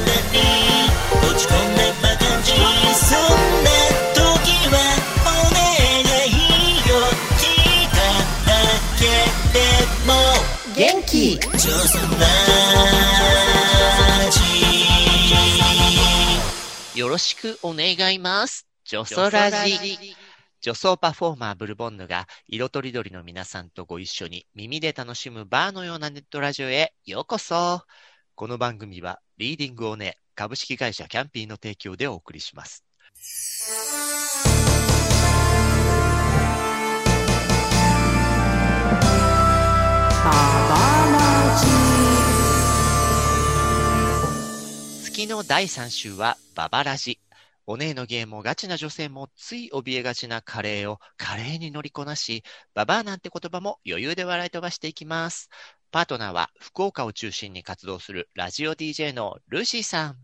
落ち込んだバカンジそんな時はお願いよ聞いただけでも元気ジョーさんラジよろしくお願います。ジョソラジ。女装パフォーマーブルボンヌが色とりどりの皆さんとご一緒に耳で楽しむバーのようなネットラジオへようこそ。この番組はリーディングをね、株式会社キャンピーの提供でお送りします。月の第3週はババラジ。お姉の芸もガチな女性もつい怯えがちなカレーを華麗に乗りこなし、ババアなんて言葉も余裕で笑い飛ばしていきます。パートナーは福岡を中心に活動するラジオ DJ のルーシーさん。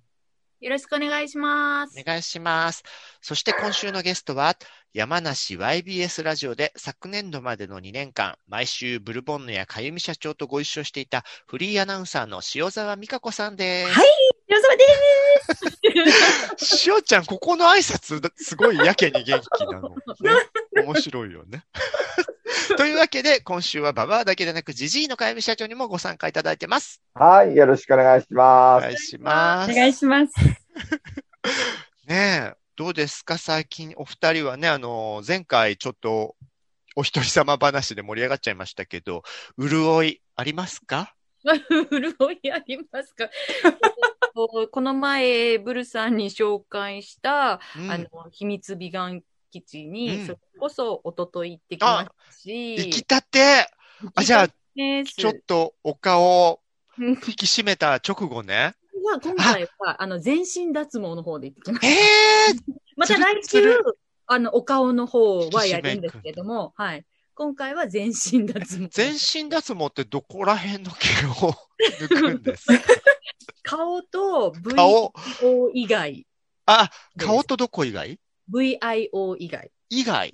よろしくお願いしますお。願いします。そして今週のゲストは、山梨 YBS ラジオで昨年度までの2年間、毎週ブルボンヌやかゆみ社長とご一緒していたフリーアナウンサーの塩沢美香子さんです。はいよそでしおちゃん、ここの挨拶、すごいやけに元気 なの。ね面白いよね。 というわけで、今週はババアだけでなく、ジジイのかゆみ社長にもご参加いただいてます。はい、よろしくお願いしおます。願いします。お願いします。ねえ、どうですか最近、お二人はね、あの、前回ちょっと、お一人様話で盛り上がっちゃいましたけど、潤いありますか 潤いありますかこの前、ブルさんに紹介した、うんあの秘密美顔基地に、うんそれこそ一昨日行ってきましたし、生きたてあ、じゃあ、ちょっとお顔うん引き締めた直後ね。今今回はあの全身脱毛の方で行ってきまえした。え また来つ週るつる、あのお顔の方はやるんですけども、はい、今回は全身脱毛。全身脱毛ってどこら辺の 毛を抜くんですか顔と VIO 顔、以外、あ、顔とどこ以外 VIO 以外。以外はい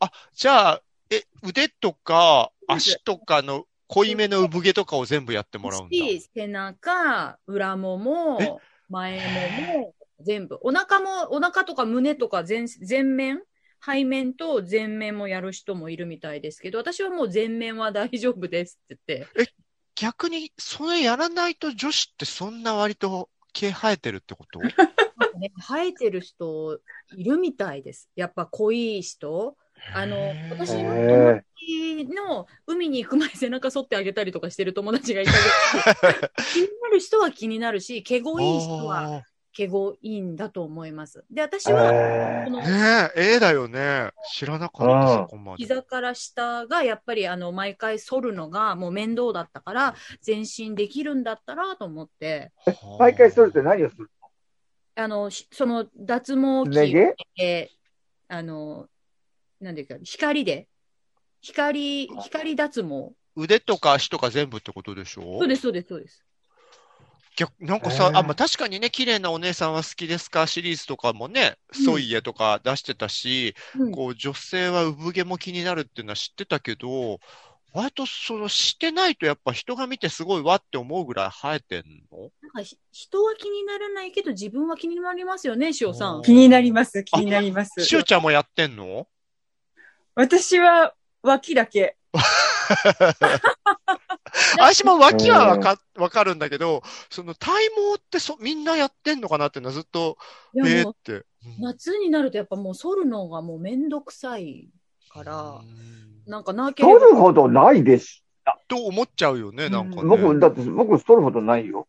あ、じゃあ、え、腕とか足とかの濃いめの産毛とかを全部やってもらうんだ。し背中、裏もえも、前もも、全部。お腹も、お腹とか胸とか全全面、背面と前面もやる人もいるみたいですけど、私はもう前面は大丈夫ですって言って。逆に、それやらないと女子ってそんな割と毛生えてるってことなんかね、生えてる人いるみたいです。やっぱ濃い人。 あのへー私へもえの海に行く前背中剃ってあげたりとかしてる友達がいたけど、気になる人は気になるし、毛ごいい人はあ毛ごいいんだと思います。で、私へは、えこのーねえ、ええだよね。知らなかった、うんそこまで。膝から下がやっぱりあの毎回反るのがもう面倒だったから全身できるんだったらと思って毎回それって何をするあのしその脱毛の器ねげであのなんていうか光で光光脱毛腕とか足とか全部ってことでしょそうですそうですそうです逆なんかさ、えーあ、まあ、確かにね、綺麗なお姉さんは好きですかシリーズとかもね、うんソイエとか出してたし、うんこう、女性は産毛も気になるっていうのは知ってたけど、割とその、してないとやっぱ人が見てすごいわって思うぐらい生えてんのなんかひ人は気にならないけど自分は気になりますよね塩さんおー気になります、気になります。しおちゃんもやってんの私は脇だけ。私も脇はわか、わかるんだけど、その体毛ってそ、みんなやってんのかなっていうのはずっと、いやえーもっうて。うん夏になるとやっぱもう剃るのがもう面倒くさいからうんなんかなけれ取ばるほどないです。と思っちゃうよね、なんかね。僕、だって僕取るほどないよ。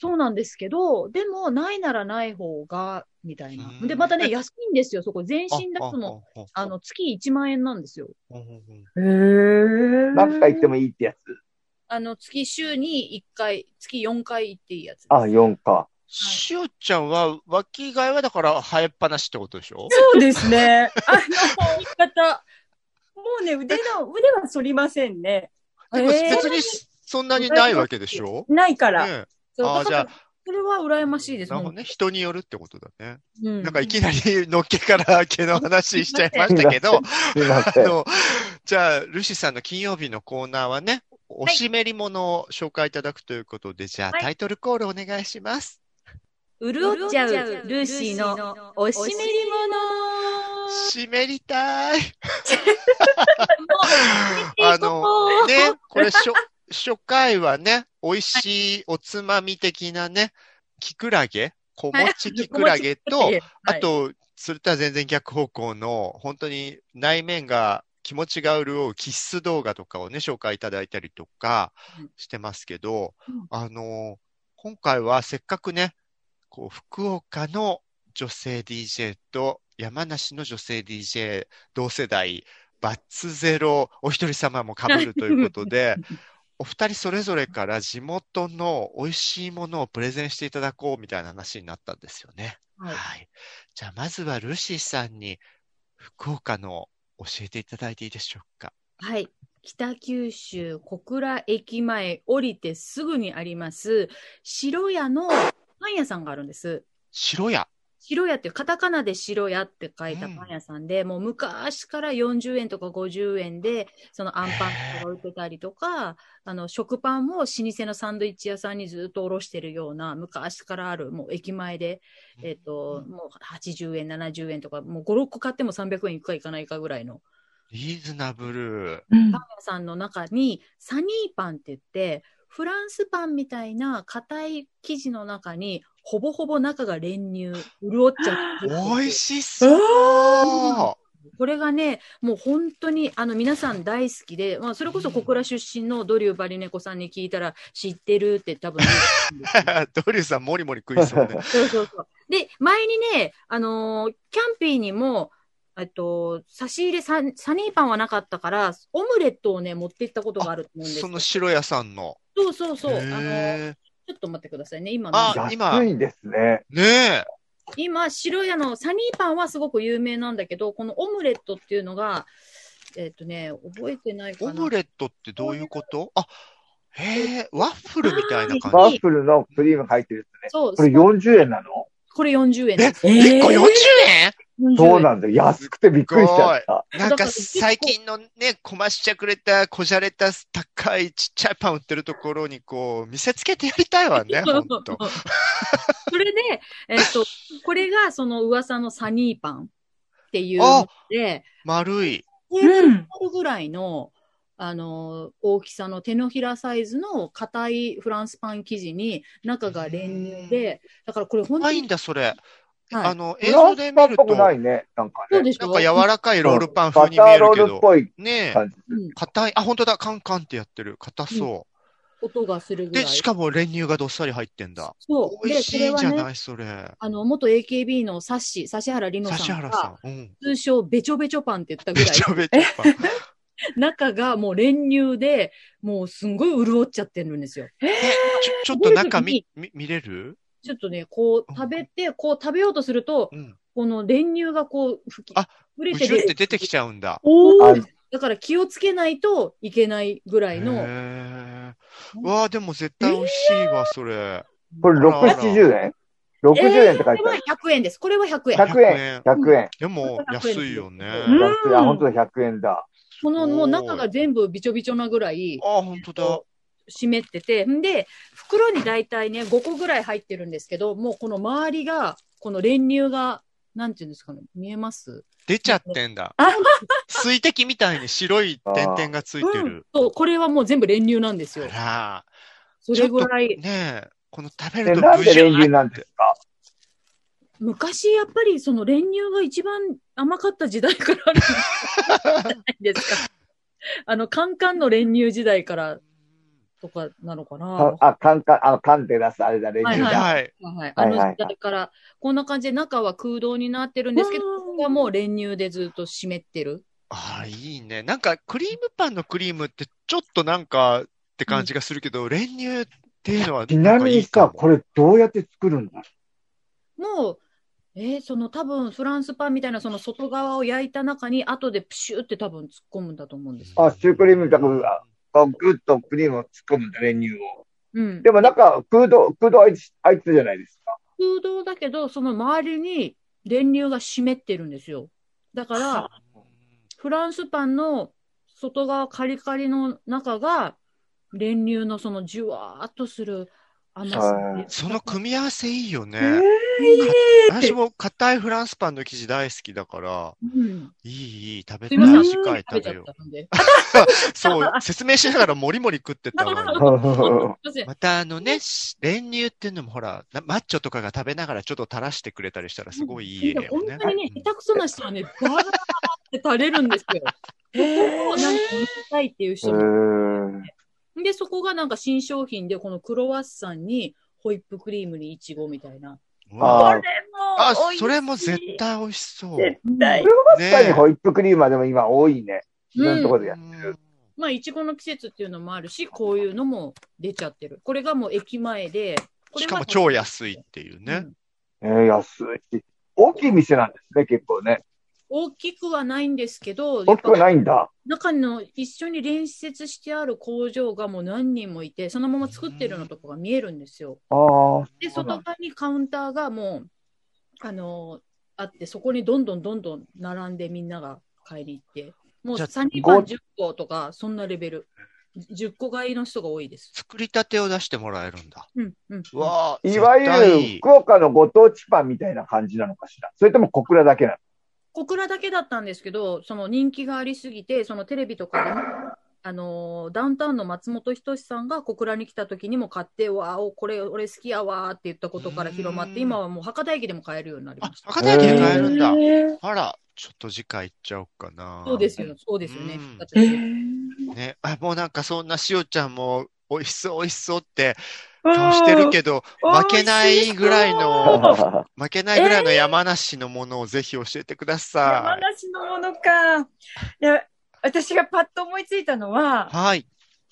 そうなんですけど、でも、ないならない方が、みたいなう。んで、またね、安いんですよ、そこ。全身脱毛。ああああの、月1万円なんですよ。ああへー何回行ってもいいってやつ。あの、月週に1回、月4回行っていいやつです。あ、4か。しおちゃんは、脇以外はだから生えっぱなしってことでしょそうですね。あの、言い方。もうね、腕の、腕は反りませんね。でもえー別にそんなにないわけでしょないから。ねそうあだーからじそれは羨ましいえですなるほどね。人によるってことだね。もううんなんかいきなりのっけから毛の話しちゃいましたけど、すいまあせん。の、じゃあ、ルシさんの金曜日のコーナーはね、おしめりものを紹介いただくということで、じゃあはいタイトルコールお願いします。潤っちゃうルーシーのおしめりもの湿りたい。もうあの、ね、これ初、初回はね、美味しいおつまみ的なね、キクラゲ、子持ちキクラゲと、あ、と、それとは全然逆方向の、本当に内面が気持ちが潤う気質動画とかをね、紹介いただいたりとかうんしてますけどうん、あの、今回はせっかくね、こう、福岡の女性 DJ と山梨の女性 DJ 同世代、バッツゼロ、お一人様も被るというこ とで、お二人それぞれから地元の美味しいものをプレゼンしていただこうみたいな話になったんですよね。はいはい。じゃあ、まずはルシーさんに、福岡の教えていただいていいでしょうか。はい。北九州小倉駅前降りてすぐにあります、白屋のパン屋さんがあるんです。白屋。白屋っていうカタカナで白屋って書いたパン屋さんで、もう昔から40円とか50円で、そのアンパンとかが売ってたりとか、あの、食パンも老舗のサンドイッチ屋さんにずっと卸してるような、昔からある、もう駅前で、えっ、と、もう80円、70円とか、もう5、6個買っても300円いくかいかないかぐらいのリーズナ ブル。うんパン屋さんの中にサニーパンって言ってフランスパンみたいな硬い生地の中にほぼほぼ中が練乳潤っちゃってる美味しそう。これがねもう本当にあの皆さん大好きで、まあ、それこそ小倉出身のドリューバリネコさんに聞いたら知ってるって多分言うんですよドリューさん、もりもり食いそう ね。そうそうそう。で、前にね、あのーキャンピーにも、えっと、差し入れサ、サニーパンはなかったから、オムレットをね、持って行ったことがあると思うんですそけどの白屋さんの。そうそうそう。あのーへーちょっと待ってくださいね。今あなんか今安いですね。ねえ。今、白屋のサニーパンはすごく有名なんだけど、このオムレットっていうのが、えっ、とね、覚えてないかオな。ムレットってどういうことあ、へえ、ワッフルみたいな感ワじッ。フルのクリーム入ってるやつね。そう、これそう40円なのこれ40円です。え1個40 40円円そうなんだよ。安くてびっくりしちゃった。なんか最近のね、こましちゃくれた、こじゃれた、高いちっちゃいパン売ってるところに、こう、見せつけてやりたいわ ね、ほんと。それで、えっ、と、これがその噂のサニーパンっていうあので、丸い。うん。あるぐらいの、あのー大きさの手のひらサイズの硬いフランスパン生地に中が練乳で、だからこれ本当ないにんだ、それ。はいあの、映フラ像ンでスパ見ンっるぽくと、ないね。なんかそうね。でしなょんか柔らかいロールパン風バにタ見えーるロけールっど。ぽいねえ。感じ。うん硬い。あ、本当だ。カンカンってやってる。硬そ音がするう。ぐらい。で、しかも練乳がどっさり入ってんだ。そう。美で、味こしれいはじゃなね、い、それ。あの、元 AKB のサッシ、指原莉乃指さん原が、さん。うん。通称べちょべちょパンって言ったぐべらちゃい、べちゃパ ン。中がもう練乳で、もうすんごい潤っちゃってるんですよ。ちょ、ちょっと中見る見、見見れるちょっとね、こう食べて、こう食べようとするとう、ん。この練乳がこう吹き、あ触れうてちゅってる。出てきちゃうんだ。おあーだから気をつけないといけないぐらいの、へーわあ、でも絶対美味しいわ、それ。これ6、70円 ?60 円って書いこてれあはる。 100円です。これは100円。 100円。100円。でも、安いよね。うんあ、 100円。あ、本当だ、100円だ。このもう中が全部びちょびちょなぐらい、本当だ。湿ってて、んで、袋に大体ね、5個ぐらい入ってるんですけど、もうこの周りが、この練乳が、なんていうんですかね、見えます出ちゃってんだ。水滴みたいに白い点々がついてる。そう、これはもう全部練乳なんですよあ。らそれぐらい。ねえ、この食べで、るとなんでブジュ練ー乳なんですか昔、やっぱりその練乳が一番甘かった時代から あるじゃないですか。あの、カンカンの練乳時代からとかなのかな。あ、あカンカン、あの、カンテラス、あれだ、練は乳いはいだ。はい。はい、あはいのはいはい時代から、こんな感じで中は空洞になってるんですけど、うんここはもう練乳でずっと湿ってる。ああ、いいね。なんか、クリームパンのクリームって、ちょっとなんか、って感じがするけど、練乳っていうのはちなみにさ、これ。れどうやって作るんだもう、えーその多分フランスパンみたいなその外側を焼いた中に後でプシューって多分突っ込むんだと思うんですよ。あシュークリームだからこうグッとクリームを突っ込むんだ、練乳を。うんで、もなんか空洞、空洞あいつ、あいつじゃないですか。空洞だけどその周りに練乳が湿ってるんですよ。だからフランスパンの外側カリカリの中が練乳のそのじゅわーっとする甘さはでい。その組み合わせいいよえーね。、いいって私も硬いフランスパンの生地大好きだから、うん。いい、いい、食すべたいい。ません、うん次食回べ食ちゃっべよたん で。う。そう、説明しながらもりもり食ってたのに。はすいません。またあのね、し練乳っていうのもほら、なマッチョとかが食べながらちょっと垂らしてくれたりしたらすごいいいエリアよね本。当にね、下手くそな人はね、バーッて垂れるんですよ。もうなんか見たいっていうい。人うも。ん。で、そこがなんか新商品で、このクロワッサンにホイップクリームにイチゴみたいな。うんあーあ、もう美味しいそれも絶対美味しそう。絶対。確かにホイップクリームはでも今多いね。いろんなところでやってる。まあ、いちごの季節っていうのもあるし、こういうのも出ちゃってる。これがもう駅前で、これしはかも超安いっていううね。んえー、安いし。大きい店なんですね、結構ね。大きくはないんですけど、大きくはやっぱないんだ。中の一緒に連接してある工場がもう何人もいて、そのまま作ってるのとかが見えるんですよ。ああ。で、そうなん外側にカウンターがもう、あのあって、そこにどんどんどんどん並んでみんなが買いに行って、もうじゃあ3人間ご10個とか、そんなレベル。10個買いの人が多いです。作りたてを出してもらえるんだ。うん、うん。うわあ、いわゆ絶対いるい福岡のご当地パンみたいな感じなのかしら。それとも小倉だけな小倉だけだったんですけど、その人気がありすぎて、そのテレビとかでも、あのーダウンタウンの松本人志さんが小倉に来た時にも買って、わあ、おこれ俺好きやわーって言ったことから広まっうーて、ん今はもう博多駅でも買えるようになりあまし、た。博多駅で買えるんだ。えーあら、ちょっと次回行っちゃおうかな。そうですよ、そうですよね。うんだっえてーね、あ、もうなんかそんなしおちゃんも、美味しそう、美味しそうって、顔してるけど、負けないぐらいの、 の負けないぐらいの山梨のものをぜひ教えてくだ山さい。梨のものか。いや、私がパッと思いついたのは、はい。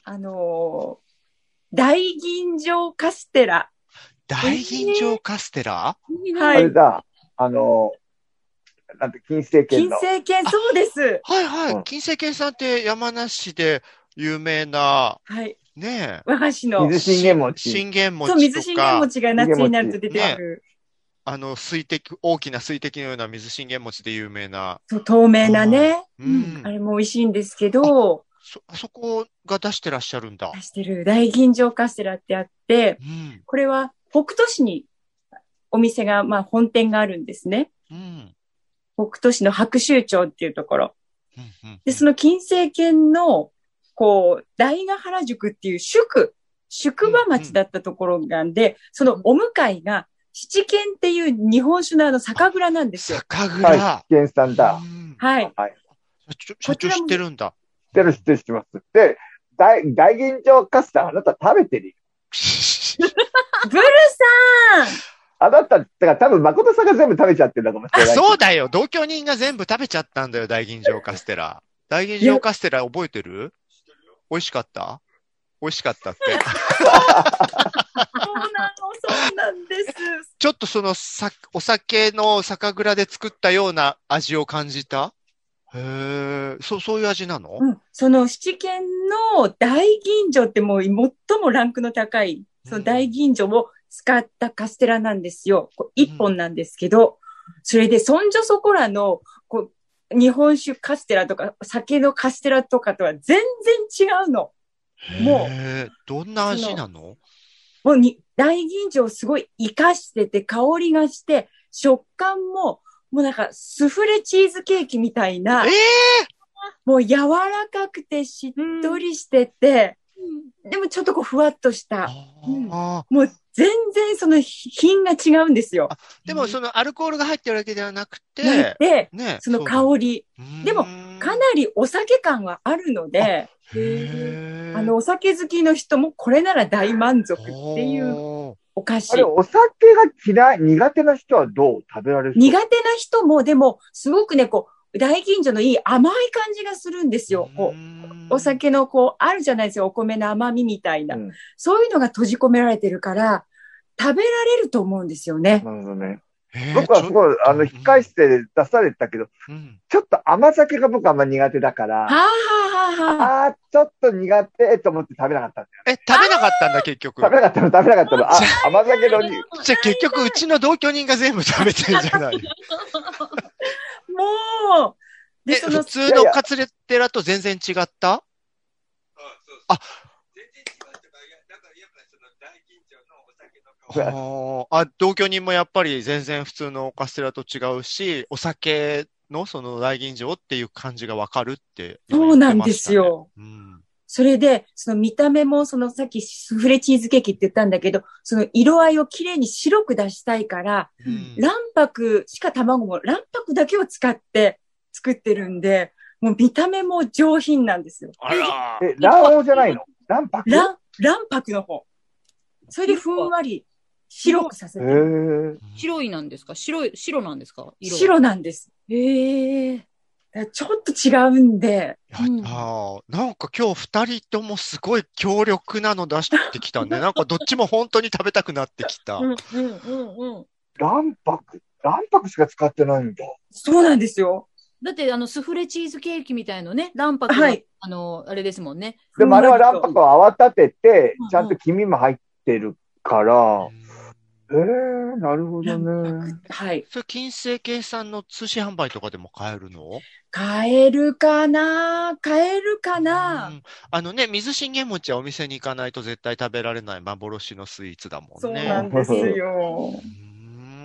あのー大吟醸カステラ。大吟醸カステラ、はあれい。だ。あの、なんて、金星圏金の。星犬、そうです。はいはうい。ん金星犬さんって山梨で有名な、はい。ね和菓子の。水信玄餅。信玄そう、餅水と信玄か、餅が夏になると出てくる。あの、水滴、大きな水滴のような水信玄餅で有名な。そう、透明なね。うあん。れも美味しいんですけど、そ、あそこが出してらっしゃるんだ出。してる大吟醸カステラってあって、うん。これは北斗市にお店が、まあ本店があるんですね。うん。北斗市の白州町っていうところ。うんうんで、その金星圏の、こう、大ヶ原宿っていう宿、宿場町だったところなんで、そのお向かいが、七軒っていう日本酒のあの酒蔵なんですよ。酒は蔵。い、危険さんだう。んはい。社長、社長知ってるんだ。知ってる、知ってる、知ってます。で、大、大吟醸カスターあなた食べてるよブルさんあなた、だから多分誠さんが全部食べちゃってるんだかもしれない。そうだよ同居人が全部食べちゃったんだよ、大吟醸カステラ。大吟醸カステラ覚えてる美味しかった美味しかったって。そうなの、そうなんです。ちょっとそのさ、お酒の酒蔵で作ったような味を感じたへえ、そう、そういう味なのうん、その七軒の大吟醸ってもう最もランクの高い、その大吟醸を使ったカステラなんですよ。こう一本なんですけど、それでそんじょそこらの、こう、日本酒カステラとか、酒のカステラとかとは全然違うの。もうへえ、どんな味なのもうに、大吟醸をすごい活かしてて、香りがして、食感も、もうなんかスフレチーズケーキみたいなえ、もう柔らかくてしっとりしてて、でもちょっとこうふわっとした。うんあーもう全然その品が違うんですよ。でもそのアルコールが入ってるわけではなくなてん、で、ね、その香りり、でもかなりお酒感はあるので、へーあの、お酒好きの人もこれなら大満足っていうおーお菓あ子れ、。お酒が嫌い、苦手な人はどう食べられる苦手な人も、でも、すごくね、こう、大吟醸のいい甘い感じがするんですよ。こうう、んお酒のこう、あるじゃないですよ。お米の甘みみたいな。うんそういうのが閉じ込められてるから、食べられると思うんですよね。なるほどね。へー僕はすごい、あの、うん控室で出されたけど、うんちょっと甘酒が僕あんま苦手だかはら、あはあはあはあ。ああ、ちょっと苦手と思って食べなかったんだえ、よ。食べなかったんだ、結局。食べなかったの、食べなかったの。あ、甘酒のに、じゃあ結局、うちの同居人が全部食べてるじゃない。もう、 え、で、その普通のカツレテラと全然違ったあ、 はあ、あ同居人もやっぱり全然普通のカステラと違うし、お酒のその大吟醸っていう感じがわかるって今そ言うってましたね、なんですよ。うん。それで、その見た目も、そのさっきスフレチーズケーキって言ったんだけど、その色合いを綺麗に白く出したいから、うん卵白しか卵も卵白だけを使って作ってるんで、もう見た目も上品なんですよ。あらえ、卵黄じゃないの卵白卵、卵白の方。それでふんわり白くさせへて、ー白いなんですか白い、白なんですか色。。白なんです。へえだからちょっと違うんで、やうんあーなんか今日二人ともすごい強力なの出してきたね。なんかどっちも本当に食べたくなってきた。うんうんうんうん。卵白卵白しか使ってないんだ。そうなんですよ。だって、あの、スフレチーズケーキみたいのね、卵白の、はいあの、あれですもんね。でもあれは卵白を泡立ててうんうん、ちゃんと黄身も入ってるから、えー、なるほど卵ね。白はい。それ、金星計算の通信販売とかでも買えるの買えるかな買えるかな、うんあのね、水信玄餅はお店に行かないと絶対食べられない幻のスイーツだもんね。そうなんですよ。うー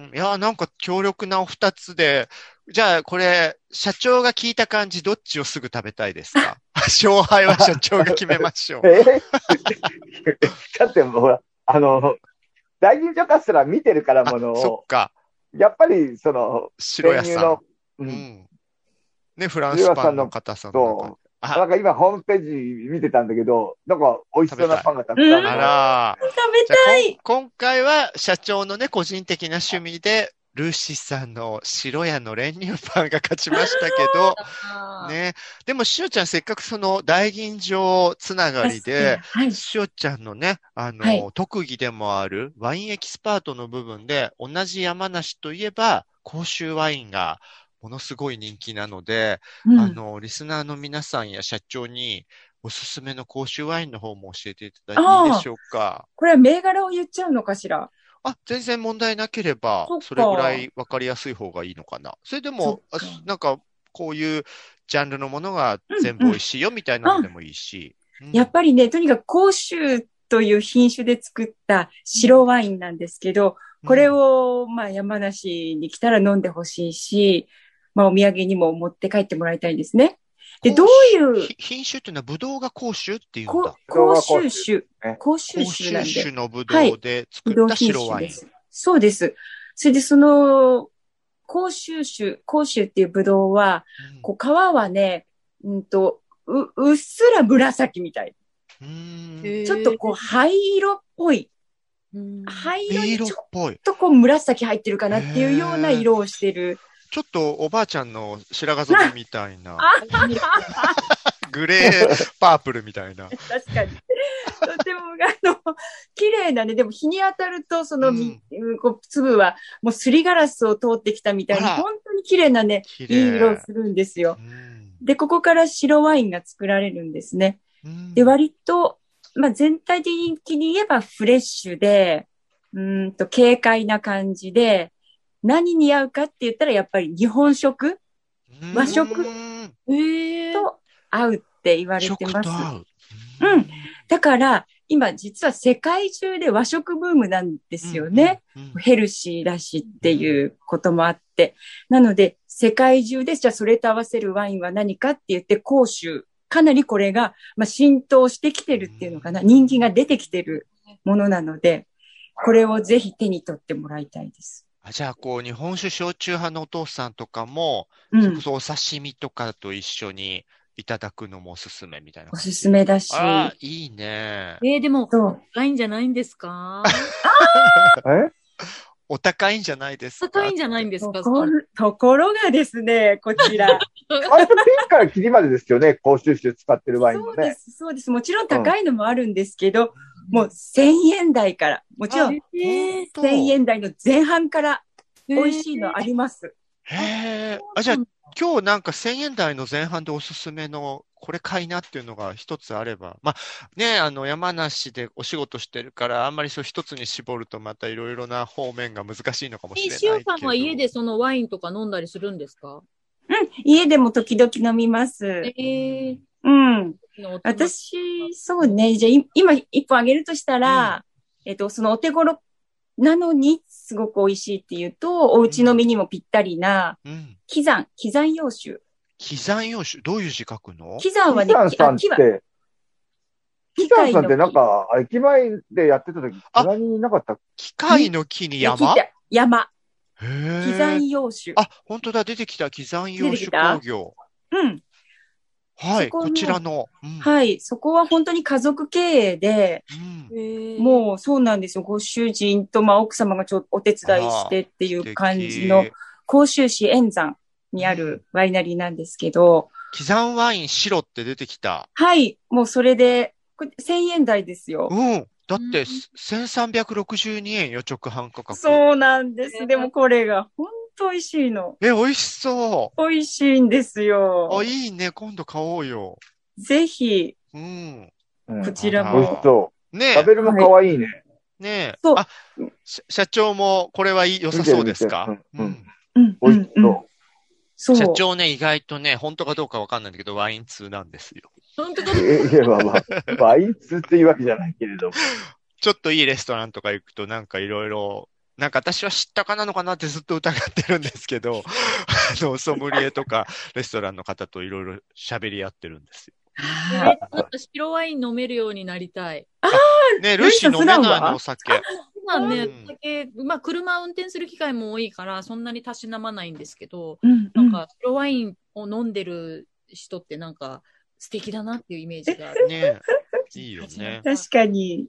んいやー、なんか強力なお二つで、じゃあこれ、社長が聞いた感じ、どっちをすぐ食べたいです か勝敗は社長が決めましょう。え だってもうほら、あの、大吟醸カステラ見てるからあもそのっ、か、やっぱりその、白屋牛乳さのん。、う、うんん。ね、フランスパンの方さんの中でそあなんか今ホームページ見てたんだけど、なんか美味しそうなパンがたくさん食べたいあるあらー食べじゃあたいこん今回は社長のね、個人的な趣味で、ルーシーさんの白屋の練乳パンが勝ちましたけど、 ね。ね。でも、しおちゃん、せっかくその大吟醸つながりで、はい。しおちゃんのね、あの、はい特技でもあるワインエキスパートの部分で、同じ山梨といえば、甲州ワインがものすごい人気なので、うんあの、リスナーの皆さんや社長に、おすすめの甲州ワインの方も教えていただいていいでしょうか。これは銘柄を言っちゃうのかしらあ、全然問題なければそっ、かそれぐらいわかりやすい方がいいのかな。それでも、そっかあなんか、こういうジャンルのものが全部美味しいよみたいなのでもいいし。うんやっぱりね、とにかく甲州という品種で作った白ワインなんですけど、これ、を、まあ、山梨に来たら飲んでほしいし、まあ、お土産にも持って帰ってもらいたいですね。で、甲ど州ういう、ひ品種っていうのは、ブドウが甲州っていうんだこ。甲州種ね、甲州甲種なん州で、種のブドウで作ブドっウた品白ワ種イン。です。そうです。それで、その、甲州種、甲州っていうブドウは、うんこう皮はね、うんと、う、うっすら紫みたい。うーんちょっとこう灰色っぽい。うん、灰色緑に色っちょっぽい。とこう紫入ってるかなっていうような色をしてる。ちょっとおばあちゃんの白髪染めみたいな、グレーパープルみたいな。確かに。とても、あの、綺麗なね、でも日に当たると、その、みうんこう粒は、もうすりガラスを通ってきたみたいに、あら本当に綺麗なね、綺いい麗。色をするんですよ。うんで、ここから白ワインが作られるんですね。うんで、割と、まあ、全体的に言えばフレッシュで、うーんと、軽快な感じで、何に合うかって言ったら、やっぱり日本食和食うんええと合うって言われて食まとす。合う。うんだから、今実は世界中で和食ブームなんですよね。うん。うんヘルシーだしっていうこともあって。なので、世界中で、じゃあそれと合わせるワインは何かって言って、甲州、かなりこれが、まあ、浸透してきてるっていうのかな。人気が出てきてるものなので、これをぜひ手に取ってもらいたいです。あじゃあ、こう、日本酒焼酎派のお父さんとかも、うそれんこ。そお刺身とかと一緒にいただくのもおすすめみたいなお感じ。すすめだし。ああ、いいね。 えーでも、そう。高いんじゃないんです かえお高いんじゃないですか。高いんじゃないんですとかころところがですね、こちら。割とピンからキリまでですよね、甲州種使ってるワインそもうでね。す、そうです。もちろん高いのもあるんですけど、もう1000円台から、もちろんえー本当1000円台の前半から美味しいのあります。へえ。あ、じゃあ、今日なんか1000円台の前半でおすすめの、これ買いなっていうのが一つあれば。まあ、ね、あの、山梨でお仕事してるから、あんまりそう一つに絞るとまたいろいろな方面が難しいのかもしえれしなおいさんはけど家でそのワインとか飲んだりするんですかうん、家でも時々飲みます。ええうん。のお友達私、そうね。じゃあ、い今一本あげるとしたら、えっと、そのお手頃なのにすごく美味しいっていうと、お家飲みにもぴったりな、うん。喜山、喜山洋酒。喜山用紙、どういう字書くの喜山はキね、サンさんっ木はて、機キサン械さのんってなんか、駅前でやってた時、あ隣にいなかったっ機械の木に木山木って山。へー喜山洋酒。あ、本当だ、出てきた、喜山洋出て酒きた工業。うん。はい、そここのちらの。うんはい。そこは本当に家族経営で、うんももうそうなんですよ。ご主人と、まあ、奥様がちょっとお手伝いしてっていう感じの素敵、甲州市円山にあるワイナリーなんですけど、喜山ワイン白って出てきた。はい。もうそれで、これ1000円台ですよ。うん。だっうて、ん1362円よ、直販価格。そうなんでねす。でもこれが本当美味しいの。え、美味しそ美味しいんですう。よあ、。いいね、今度買おうよ。ぜひ、うん。け、うん、こ美ちら味しも。そねう。え食べるも可愛いね。ねえ。そうあ、し社長も、これはいい良さそうですか見てる見てるうんうんうん、美味しうんうんそそう。社長ね、意外とね、本当かどうかわかんないんだけど、ワイン通なんですよ。本当だう。え、いや、まあまあ、まあ、いつっていうわけじゃないけれども。ちょっといいレストランとか行くと、なんかいろいろ、なんか私は知ったかなのかなってずっと疑ってるんですけど、 あの、ソムリエとかレストランの方といろいろ喋り合ってるんですよ。はなんいか白ワイン飲めるようになりたい。ね、ルールイシさーん飲めない普段はの、お酒。普段ね、うんお酒まあ、車運転する機会も多いから、そんなにたしなまないんですけど、うんうなんんか白ワインを飲んでる人ってなんか素敵だなっていうイメージがある。ね、いいよね。確かに、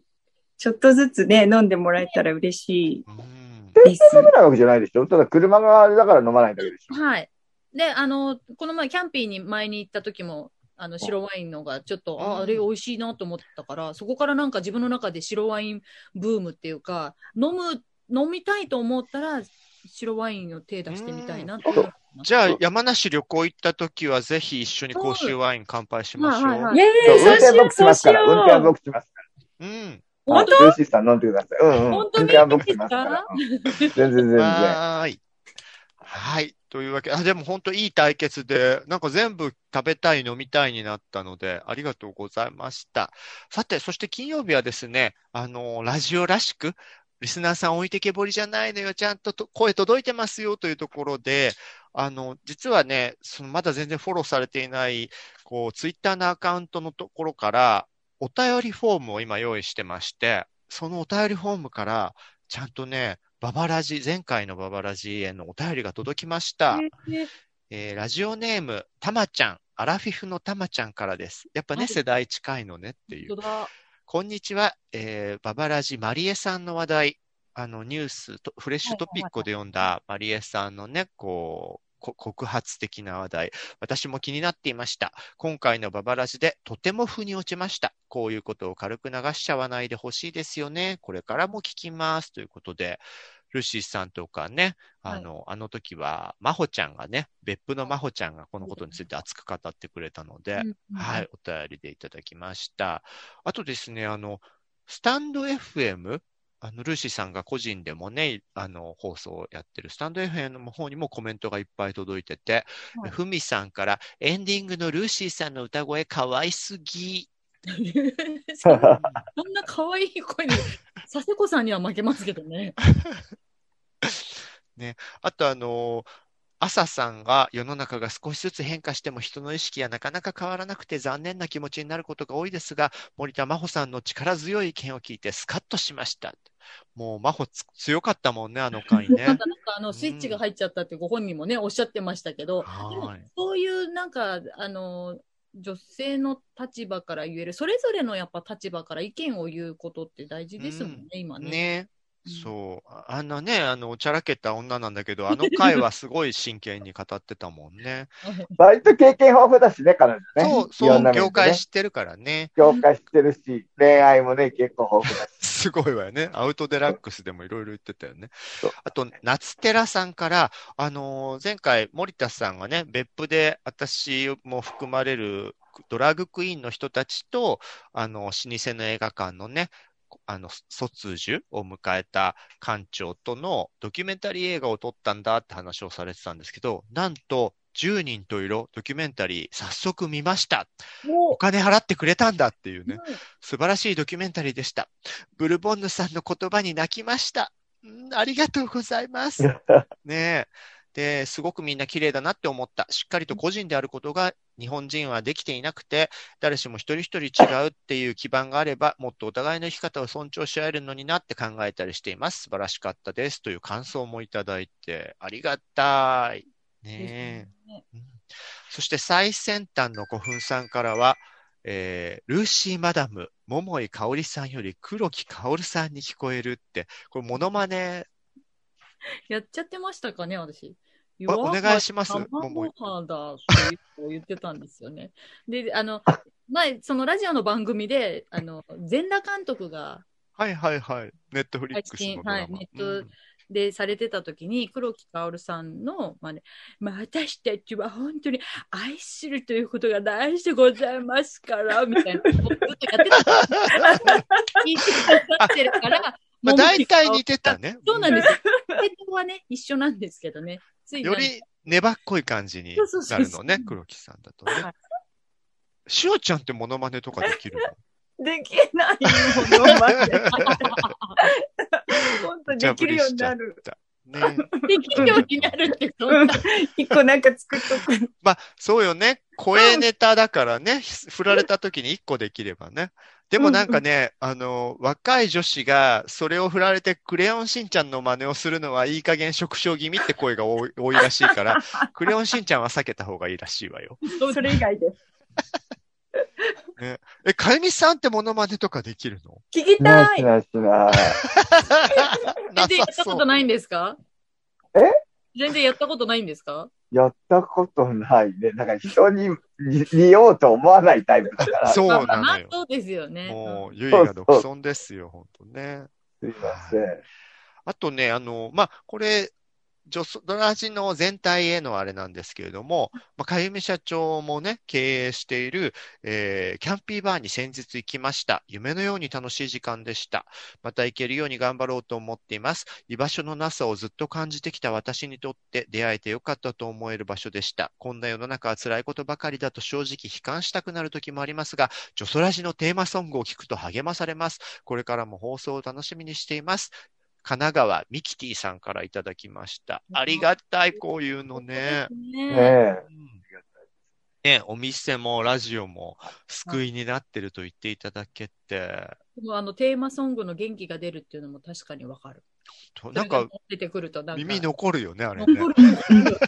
ちょっとずつね、飲んでもらえたら嬉しうん。いです。飲めないわけじゃないでしょただ車が、だから飲まないだけでしょはい。で、あの、この前、キャンピーに前に行った時も、あの白ワインのがちょっと、うんああれ美味しいなと思ったから、そこからなんか自分の中で白ワインブームっていうか、飲む、飲みたいと思ったら、白ワインを手出してみたいなって思いますじゃあ、山梨旅行行った時は、ぜひ一緒に甲州ワイン乾杯しましょはいはう。イェーそうイ、そう運し転ボよッう、クスしそうましすから、運転ボよックスしますかうん。ら。本当ルーシーさん飲んでください。うんうん本。当運に転ボックスしますから。うん全然全然。はーい。はい。というわけ、あ、でも本当いい対決で、なんか全部食べたい、飲みたいになったので、ありがとうございました。さて、そして金曜日はですね、あの、ラジオらしく、リスナーさん置いてけぼりじゃないのよ、ちゃんとと声届いてますよというところで、あの、実はね、そのまだ全然フォローされていない、こう、ツイッターのアカウントのところから、お便りフォームを今用意してまして、そのお便りフォームから、ちゃんとね、ババラジ、前回のババラジへのお便りが届きました。えーラジオネーム、たまちゃん、アラフィフのたまちゃんからです。やっぱね、はい世代近いのねっていう本当。だ。こんにちは、えーババラジマリエさんの話題、あのニュースと、フレッシュトピックで読んだマリエさんのね、こう、こ告発的な話題、私も気になっていました。今回のババラジでとても腑に落ちました。こういうことを軽く流しちゃわないでほしいですよね。これからも聞きます。ということで、ルシーさんとかね、あの、あの時は、まほちゃんがね、別府のまほちゃんがこのことについて熱く語ってくれたので、ははい。い、お便りでいただきました。あとですね、あの、スタンド FM、あの、ルーシーさんが個人でもね、あの、放送をやってるスタンド FM の方にもコメントがいっぱい届いてては、いふみさんから、エンディングのルーシーさんの歌声かわいすぎ。 そんなそんな可愛い声に、佐世子さんには負けますけどね。あとあの、朝さんが世の中が少しずつ変化しても人の意識がなかなか変わらなくて残念な気持ちになることが多いですが、森田真帆さんの力強い意見を聞いてスカッとしました。もう真帆つ強かったもんね、あの回まねた。なんかあのスイッチが入っちゃったってご本人もね、おっしゃってましたけど、でもはい。そういうなんか、あの、女性の立場から言える、それぞれのやっぱ立場から意見を言うことって大事ですもんね、今ね。ね、うんそう。ああんなね、あの、おちゃらけた女なんだけど、あの回はすごい真剣に語ってたもんね。割と経験豊富だしね、 彼女ね。そう、いそろんう、な面でね業界知ってるからね。業界知ってるし、恋愛もね、結構 豊富だし。すごいわよね。アウトデラックスでもいろいろ言ってたよねそう。あと、夏寺さんから、あのー前回、森田さんがね、別府で私も含まれるドラッグクイーンの人たちと、あの、老舗の映画館のね、あの、卒寿を迎えた館長とのドキュメンタリー映画を撮ったんだって話をされてたんですけど、なんと、 10人と色ドキュメンタリー早速見ました。おも金払ってくれたんだっていううね、素晴らしいドキュメンタリーでした。ブルボンヌさんの言葉に泣きました。うんありがとうございます。ねえ。で、すごくみんな綺麗だなって思った。しっかりと個人であることが日本人はできていなくて、誰しも一人一人違うっていう基盤があれば、もっとお互いの生き方を尊重し合えるのになって考えたりしています。素晴らしかったです。という感想もいただいて、ありがたい。ねえ。うんそして最先端の古墳さんからは、えールーシーマダム、桃井かおりさんより黒木かおるさんに聞こえるって、これモノマネやっちゃってましたかね、私。おお願いします卵桃井肌っていうのを言ってたんですよね。で、あの、前、そのラジオの番組で、あの、全裸監督が、はいはいはい。ネットフリックスのドラマ。配信はいうんネットで、されてた時に、黒木薫さんの真似、まあ、私たちは本当に愛するということが大事でございます から、みたいなことをずっとやってた。聞いてくださってるから、 ま桃あ大木体薫似てたね。。そうなんですすよ。系統はね、一緒なんですけどね。ついより粘っこい感じになるそうそのうそねう、黒木さんだとねは。しおちゃんってモノマネとかできるできないものまで。本当できるようになる。の ね。できるようになるってどうんな。 一個なんか作っとく。まあ、そうよね。声ネタだからね。振られた時に一個できればね。でもなんかね、あの、若い女子がそれを振られてクレヨンしんちゃんの真似をするのはいい加減縮小気味って声が多い多いらしいから、クレヨンしんちゃんは避けた方がいいらしいわよ。それ以外で。え、かゆみさんってモノマネとかできる の聞きナたイスい。ナイスナイス。な全然やさったこそとう。ないんですかえ全然やったことないんですかやったことないね。だから人にに似ようと思わないタイプだから。すそうまあなまのあよ。そうですよね。もう、ゆいが独尊ですよ、本当ね。いません。あとね、あの、まあ、これ、女装ドラジの全体へのあれなんですけれども、まあ、かゆみ社長もね、経営している、えーキャンピーバーに先日行きました。夢のように楽しい時間でした。また行けるように頑張ろうと思っています。居場所のなさをずっと感じてきた私にとって出会えてよかったと思える場所でした。こんな世の中は辛いことばかりだと正直悲観したくなる時もありますが、ジョソラジのテーマソングを聞くと励まされます。これからも放送を楽しみにしています。神奈川ミキティさんからいただきました。ありがたい、こういうのね。ねねえ。ね、お店もラジオも救いになってると言っていただけて、でもあのテーマソングの元気が出るっていうのも確かにわかる。となんか出てくるとなんか耳残るよね、あれね残。るんですよ。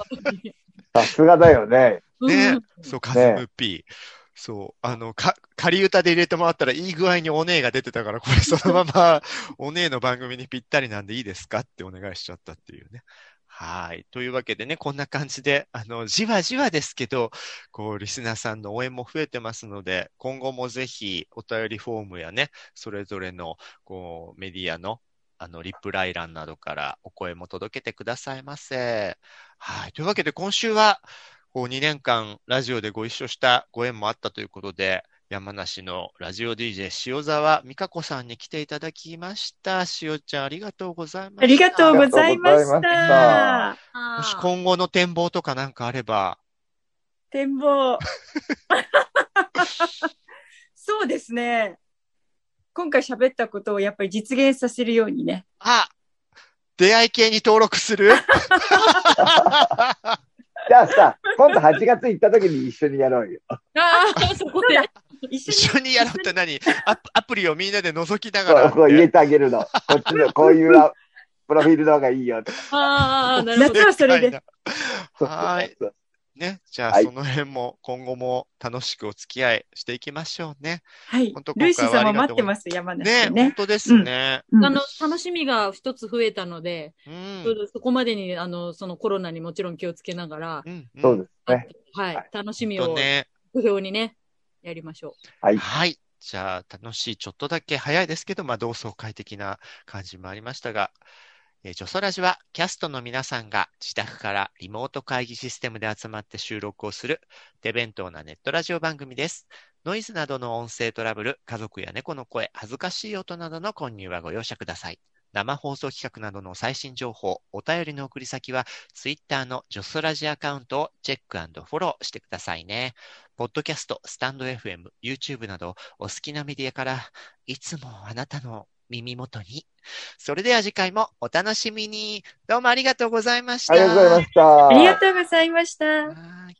さすがだよね。うねん、そう、カズム P。そう、あの、か、仮歌で入れてもらったらいい具合にお姉が出てたから、これそのままお姉の番組にぴったりなんでいいですかってお願いしちゃったっていうね。はい。というわけでね、こんな感じで、あの、じわじわですけど、こう、リスナーさんの応援も増えてますので、今後もぜひ、お便りフォームやね、それぞれの、こう、メディアの、あの、リプライ欄などからお声も届けてくださいませ。はい。というわけで、今週は、こう2年間ラジオでご一緒したご縁もあったということで、山梨のラジオ DJ 塩沢美香子さんに来ていただきました。塩ちゃん、ありがとうございました。ありがとうございまあしりがた。もしあ今後の展望とかなんかあれば、展望。 そうですね。今回喋ったことをやっぱり実現させるようにね。あ出会い系に登録す るじゃあさ、今度8月行った時に一緒にやろうよ。あー、そこで。一一緒緒にやろうって何アプアプリをみんなで覗きながこらうこう入れてあげるの。こっち の、こういうあプロフィールの方がいいよって。ああ、なるほど夏。はそれで。はい。そうね。じゃあ、はいその辺も今後も楽しくお付き合いしていきましょうね。はい本当。今ルー回シーはあ様りが待とうっございまてます、山ね梨、本ね。当ですね。うんあの、楽しみが一つ増えたので、うんそ。れでそこまでに、あの、そのコロナにもちろん気をつけながら、うんうんそうですね。はい、はい楽しみとをね。目標にね、やりましょはい。はい。じゃあ、楽しい、ちょっとだけ早いですけど、まあ、同窓会的な感じもありましたが、えー、ジョソラジは、キャストの皆さんが自宅からリモート会議システムで集まって収録をする、手弁当なネットラジオ番組です。ノイズなどの音声トラブル、家族や猫の声、恥ずかしい音などの混入はご容赦ください。生放送企画などの最新情報、お便りの送り先は、ツイッターのジョソラジアカウントをチェックフォローしてくださいね。ポッドキャスト、スタンド FM、YouTube など、お好きなメディアから、いつもあなたの耳元に。それでは次回もお楽しみに。どうもありがとうございました。ありがとうございました。ありがとうございました。はい